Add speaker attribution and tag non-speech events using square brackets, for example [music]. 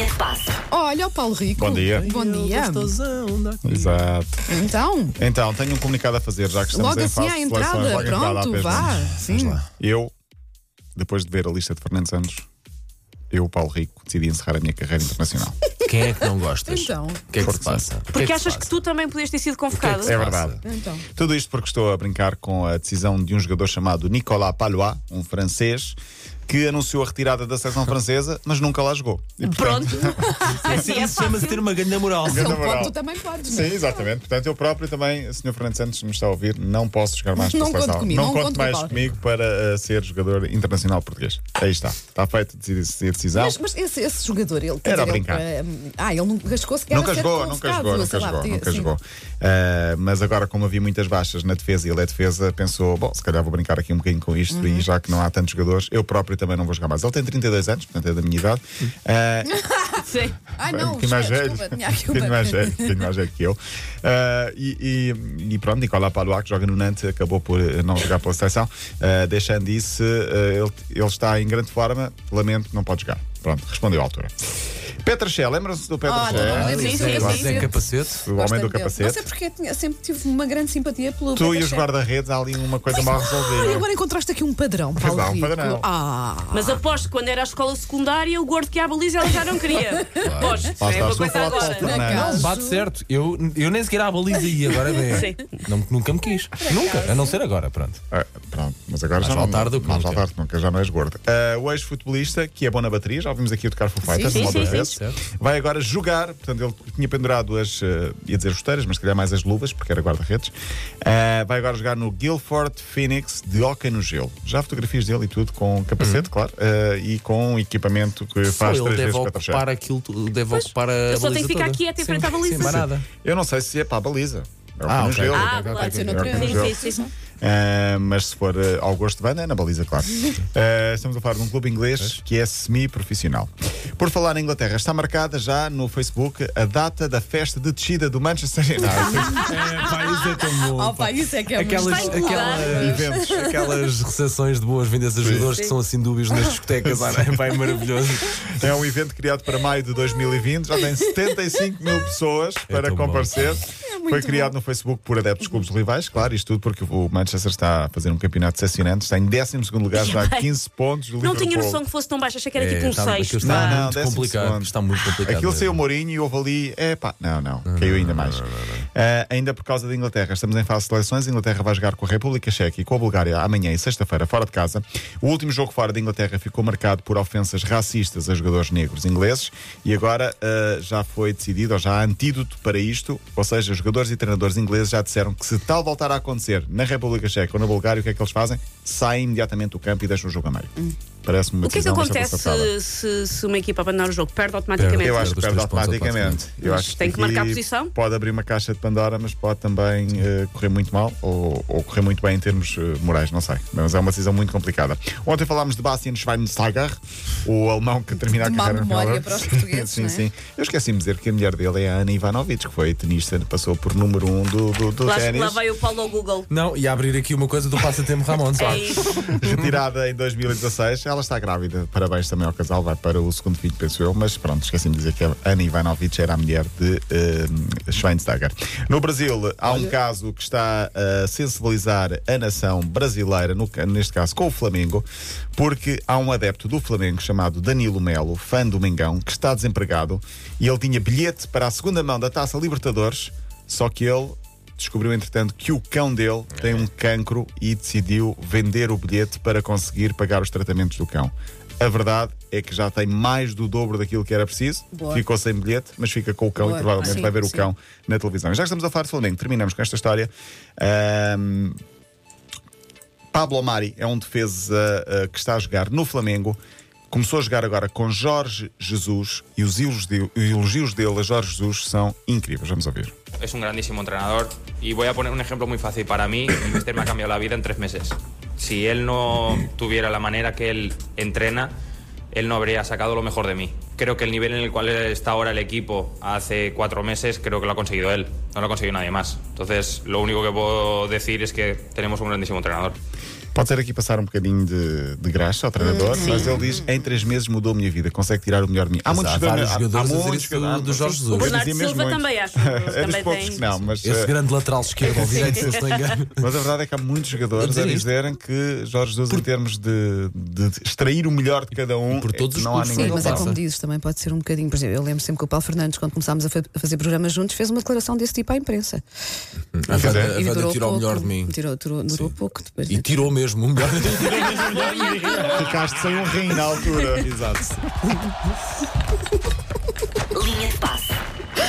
Speaker 1: é
Speaker 2: passo.
Speaker 3: Olha, o Paulo Rico.
Speaker 1: Bom dia.
Speaker 3: Bom
Speaker 4: É,
Speaker 3: dia.
Speaker 1: Exato.
Speaker 3: Então,
Speaker 1: Então, tenho um comunicado a fazer, já que estamos
Speaker 3: logo
Speaker 1: em
Speaker 3: assim
Speaker 1: fase
Speaker 3: à
Speaker 1: de
Speaker 3: entrada.
Speaker 1: seleções. Logo à entrada,
Speaker 3: Pronto,
Speaker 1: apesar.
Speaker 3: vá.
Speaker 1: Vamos
Speaker 3: Sim.
Speaker 1: lá. Eu, depois de ver a lista de Fernando Santos, eu, Paulo Rico, decidi encerrar a minha carreira internacional.
Speaker 4: Quem é que não gostas?
Speaker 3: Então.
Speaker 4: O que é que se passa? O
Speaker 2: Porque
Speaker 4: é se
Speaker 2: achas que
Speaker 4: passa?
Speaker 2: tu também podias ter sido convocado?
Speaker 4: se
Speaker 1: É
Speaker 4: passa?
Speaker 1: verdade.
Speaker 3: Então.
Speaker 1: Tudo isto porque estou a brincar com a decisão de um jogador chamado Nicolas Palois, um francês, que anunciou a retirada da
Speaker 3: [laughs]
Speaker 1: seleção francesa, mas nunca lá jogou. E,
Speaker 3: É
Speaker 1: portanto, [laughs]
Speaker 2: Pronto. assim é
Speaker 4: Isso chama-se
Speaker 2: fácil.
Speaker 4: ter uma grande moral.
Speaker 1: grande
Speaker 3: Não pode,
Speaker 1: moral.
Speaker 3: tu também podes,
Speaker 1: Sim,
Speaker 3: não é?
Speaker 1: exatamente. Portanto, eu próprio também, Sr. Fernando Santos, me está a ouvir, não posso jogar mais
Speaker 3: Não
Speaker 1: com a
Speaker 3: conto
Speaker 1: seleção.
Speaker 3: comigo,
Speaker 1: não,
Speaker 3: não
Speaker 1: conto,
Speaker 3: conto com o
Speaker 1: mais
Speaker 3: Paulo.
Speaker 1: comigo para uh, ser jogador internacional português. Aí está. Está feita a decisão.
Speaker 3: Mas, mas esse, esse jogador, ele quer
Speaker 1: Era a
Speaker 3: dizer, ele,
Speaker 1: brincar.
Speaker 3: eh, ah, ele nunca chegou sequer a
Speaker 1: Nunca
Speaker 3: ser
Speaker 1: jogou, nunca
Speaker 3: convocado,
Speaker 1: jogou, nunca
Speaker 3: sei lá,
Speaker 1: jogou,
Speaker 3: podia-
Speaker 1: nunca
Speaker 3: sim.
Speaker 1: jogou. Ah, mas agora, como havia muitas baixas na defesa e ele é defesa, pensou: bom, se calhar vou brincar aqui um bocadinho com isto
Speaker 3: Uhum.
Speaker 1: e já que não há tantos jogadores, eu próprio também não vou jogar mais. Ele tem 32 anos, portanto é da minha idade. Ah,
Speaker 2: Sim.
Speaker 3: Ah,
Speaker 1: um
Speaker 3: não,
Speaker 1: bocadinho mais
Speaker 3: espera,
Speaker 1: velho.
Speaker 3: desculpa,
Speaker 1: [laughs]
Speaker 3: tinha
Speaker 1: Um
Speaker 3: aqui
Speaker 1: bocadinho
Speaker 3: uma- [laughs]
Speaker 1: mais velho, um bocadinho mais velho que eu. Ah, e, e- e pronto, Nicolás Paluá, que joga no Nantes, acabou por eh, não jogar pela seleção. Ah, deixando isso, ah, ele, ele está em grande forma. Lamento, não pode jogar. Pronto, respondeu à altura. Petra Schell, lembram-se do Petra
Speaker 3: Ah,
Speaker 1: Schell?
Speaker 3: não,
Speaker 4: é
Speaker 3: lembro-me,
Speaker 2: Sim,
Speaker 4: assim.
Speaker 3: sim,
Speaker 2: sim,
Speaker 3: sim.
Speaker 2: sim.
Speaker 4: Sem capacete.
Speaker 3: Gosto
Speaker 1: O homem do
Speaker 3: tanto dele. Não sei
Speaker 1: capacete.
Speaker 3: porque tinha- sempre tive uma grande simpatia pelo
Speaker 1: Tu e
Speaker 3: Peter
Speaker 1: os
Speaker 3: Shep.
Speaker 1: guarda-redes, há ali uma coisa mal
Speaker 3: E
Speaker 1: resolvida.
Speaker 3: agora encontraste aqui um padrão, Paulo
Speaker 1: Padrão,
Speaker 3: Rico.
Speaker 1: padrão.
Speaker 3: Ah,
Speaker 2: Mas aposto que quando era a escola secundária, o gordo que ia à baliza ela já não queria. Aposto. É
Speaker 1: Lá está,
Speaker 2: uma
Speaker 1: estou a
Speaker 2: coisa
Speaker 1: falar de Paulo
Speaker 2: agora. Ah,
Speaker 3: Não,
Speaker 1: Fernandes.
Speaker 4: Não, É um bate certo. Eu, eu nem sequer à baliza e agora
Speaker 2: Sim.
Speaker 4: bem. Não, nunca me quis. Nunca, a não ser agora, pronto.
Speaker 1: Ah, pronto, mas agora já
Speaker 4: vale
Speaker 1: não-
Speaker 4: tarde do que
Speaker 1: mais
Speaker 4: nunca.
Speaker 1: vale tarde do que nunca, já não és gordo. Ah, o ex-futebolista, que é bom na bateria, já ouvimos aqui o tocar Foo Fighters
Speaker 2: sim,
Speaker 1: uma ou duas
Speaker 2: sim,
Speaker 1: vezes,
Speaker 4: sim.
Speaker 1: vai agora jogar. Portanto, ele tinha pendurado as, ah, ia dizer rosteiras, mas se calhar mais as luvas, porque era guarda-redes. Ah, vai agora jogar no Guilford Phoenix de hóquei no gelo. Já há fotografias dele e tudo, com
Speaker 4: Uhum.
Speaker 1: capacete, claro, ah, e com equipamento que faz
Speaker 4: ele
Speaker 1: três vezes
Speaker 4: deve
Speaker 1: quatro
Speaker 4: ocupar
Speaker 1: chá.
Speaker 4: aquilo, tu- deve ocupar a
Speaker 2: eu
Speaker 4: baliza
Speaker 2: só tenho que ficar
Speaker 4: toda.
Speaker 2: quieto em
Speaker 4: Sim,
Speaker 2: frente à baliza.
Speaker 4: Sim, mais nada.
Speaker 1: Eu não sei se é para a baliza. É hóquei
Speaker 4: Ah,
Speaker 1: no
Speaker 4: ok.
Speaker 1: gelo.
Speaker 2: Ah,
Speaker 3: pode ser
Speaker 1: É
Speaker 3: noutra.
Speaker 1: hóquei no gelo.
Speaker 2: Sim, sim, sim.
Speaker 1: Uh, mas se for uh, ao gosto de banda, é na baliza, claro. Uh, estamos a falar de um clube inglês que é semi-profissional. Por falar na Inglaterra, está marcada já no Facebook a data da festa de descida do Manchester United.
Speaker 4: [laughs] É, pá, isso um é tão [laughs] bom.
Speaker 3: Oh, pá, isso é que é
Speaker 4: Aquelas,
Speaker 2: Vai mudar.
Speaker 1: É um
Speaker 4: aquelas, aquelas recepções de boas-vindas a jogadores que são assim dúbios [laughs] nas discotecas, ah, não é? Pá, é maravilhoso.
Speaker 1: é um evento criado para maio de 2020, já tem 75 mil pessoas para
Speaker 4: tão bom.
Speaker 1: comparecer.
Speaker 3: muito
Speaker 1: Foi criado no Facebook por adeptos de clubes rivais, claro, isto tudo porque o Manchester está a fazer um campeonato decepcionante, está em 12 lugar, já há 15 pontos. do
Speaker 2: Não tinha
Speaker 1: Liverpool.
Speaker 2: noção que fosse tão baixo, achei que era tipo
Speaker 4: É,
Speaker 2: um
Speaker 1: tá,
Speaker 4: está,
Speaker 2: 6.
Speaker 4: aquilo está
Speaker 1: Não, não,
Speaker 4: muito
Speaker 1: décimo
Speaker 4: complicado.
Speaker 1: segundo.
Speaker 4: Está muito complicado.
Speaker 1: Aquilo
Speaker 4: mesmo.
Speaker 1: saiu Mourinho e houve ali. Epá, não, não, caiu ainda mais. Ah, ainda por causa da Inglaterra, estamos em fase de seleções. A Inglaterra vai jogar com a República Checa e com a Bulgária amanhã e sexta-feira, fora de casa. O último jogo fora da Inglaterra ficou marcado por ofensas racistas a jogadores negros ingleses e agora ah, já foi decidido, ou já há antídoto para isto. Ou seja, jogadores e treinadores ingleses já disseram que se tal voltar a acontecer na República Checa ou na Bulgária, o que é que eles fazem? Saem imediatamente do campo e deixam o jogo a meio. Parece-me uma
Speaker 2: O que é que
Speaker 1: decisão bastante
Speaker 2: acontece
Speaker 1: acertada.
Speaker 2: se, se- se uma equipa abandonar o jogo? Perde automaticamente.
Speaker 1: Eu acho
Speaker 4: Perde
Speaker 1: que
Speaker 4: os
Speaker 1: perde
Speaker 4: três pontos
Speaker 1: automaticamente. Eu
Speaker 2: Mas
Speaker 1: acho
Speaker 2: tem que marcar
Speaker 1: aqui
Speaker 2: posição?
Speaker 1: Pode abrir uma caixa de Pandora, mas pode também eh, correr muito mal ou, ou correr muito bem em termos eh, morais, não sei. Mas é uma decisão muito complicada. Ontem falámos de Bastian Schweinsteiger, o alemão que termina a
Speaker 3: De má
Speaker 1: carreira no
Speaker 3: memória
Speaker 1: Melbourne.
Speaker 3: para os portugueses,
Speaker 1: [laughs] Sim,
Speaker 3: não é?
Speaker 1: sim. Eu esqueci-me de dizer que a mulher dele é a Ana Ivanovic, que foi tenista, passou por número um do, do, do
Speaker 2: Lá,
Speaker 1: ténis.
Speaker 2: lá vai o Paulo ao Google.
Speaker 4: Não, e abrir aqui uma coisa do passatempo Ramon.
Speaker 2: É isso.
Speaker 1: [laughs] Retirada em 2016, ela está grávida. Parabéns também ao casal, vai para o segundo filho, penso eu. Mas pronto, esqueci-me de dizer que a Ana Ivanovic era a mulher de eh, Schweinsteiger. No Brasil, há um caso que está a sensibilizar a nação brasileira, no ca- neste caso com o Flamengo, porque há um adepto do Flamengo chamado Danilo Melo, fã do Mengão, que está desempregado e ele tinha bilhete para a segunda mão da taça Libertadores, só que ele descobriu entretanto que o cão dele tem um cancro e decidiu vender o bilhete para conseguir pagar os tratamentos do cão. A verdade é que já tem mais do dobro daquilo que era preciso.
Speaker 3: Boa.
Speaker 1: Ficou sem bilhete, mas fica com o cão
Speaker 3: Boa.
Speaker 1: e provavelmente
Speaker 3: Sim,
Speaker 1: vai ver
Speaker 3: sim.
Speaker 1: o cão na televisão. Já que estamos a falar de Flamengo, terminamos com esta história. Ahm, Pablo Mari é um defesa uh, que está a jogar no Flamengo. Começou a jogar agora com Jorge Jesus e os elogi- elogios dele a Jorge Jesus são incríveis. Vamos ouvir.
Speaker 5: Es un grandísimo entrenador y voy a poner un ejemplo muy fácil para mí. El Mister me ha cambiado la vida en tres meses. Si él no tuviera la manera que él entrena, él no habría sacado lo mejor de mí. Creo que el nivel en el cual está ahora el equipo hace cuatro meses, creo que lo ha conseguido él, no lo ha conseguido nadie más. Entonces, lo único que puedo decir es que tenemos un grandísimo entrenador.
Speaker 1: Pode ser aqui passar um bocadinho de, de graxa ao treinador,
Speaker 2: Hum,
Speaker 1: mas ele diz: em três meses mudou a minha vida, consegue tirar o melhor de mim. Há
Speaker 4: Mas
Speaker 1: muitos
Speaker 4: há vários
Speaker 1: há- há
Speaker 4: jogadores a dizer
Speaker 1: muitos
Speaker 4: isso do-
Speaker 1: jogadores.
Speaker 4: do Jorge Jesus.
Speaker 1: Eu
Speaker 2: O Bernardo
Speaker 1: dizia mesmo
Speaker 2: Silva também,
Speaker 1: muitos. [laughs]
Speaker 2: acho.
Speaker 1: É dos
Speaker 2: também
Speaker 1: poucos
Speaker 2: tem.
Speaker 1: que não, mas,
Speaker 4: Esse
Speaker 1: eh,
Speaker 4: grande lateral [laughs] esquerdo ou direito, se eu estou engano.
Speaker 1: mas a verdade é que há muitos jogadores
Speaker 4: dizer
Speaker 1: a
Speaker 4: isto.
Speaker 1: dizerem que Jorge Jesus, em termos de, de extrair o melhor de cada um,
Speaker 4: por todos
Speaker 1: eh,
Speaker 4: os
Speaker 1: não há
Speaker 4: clubes,
Speaker 1: ninguém.
Speaker 3: Sim,
Speaker 4: Não
Speaker 3: mas é
Speaker 1: [laughs]
Speaker 4: passa.
Speaker 3: como dizes, também pode ser um bocadinho. Por exemplo, eu lembro sempre que o Paulo Fernandes, quando começámos a, fa- a fazer programas juntos, fez uma declaração desse tipo à imprensa.
Speaker 4: A Wanda-
Speaker 1: é.
Speaker 4: a Wanda tirou o melhor de mim.
Speaker 3: Tirou, tirou, durou pouco depois.
Speaker 4: E tirou mesmo o melhor de mim.
Speaker 1: Ficaste sem um rim na altura. Exato.